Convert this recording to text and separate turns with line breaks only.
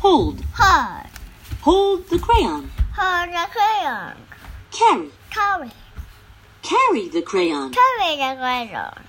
Hold.
Hold.
Hold the crayon.
Hold the crayon.
Carry.
Carry.
Carry the crayon.
Carry the crayon.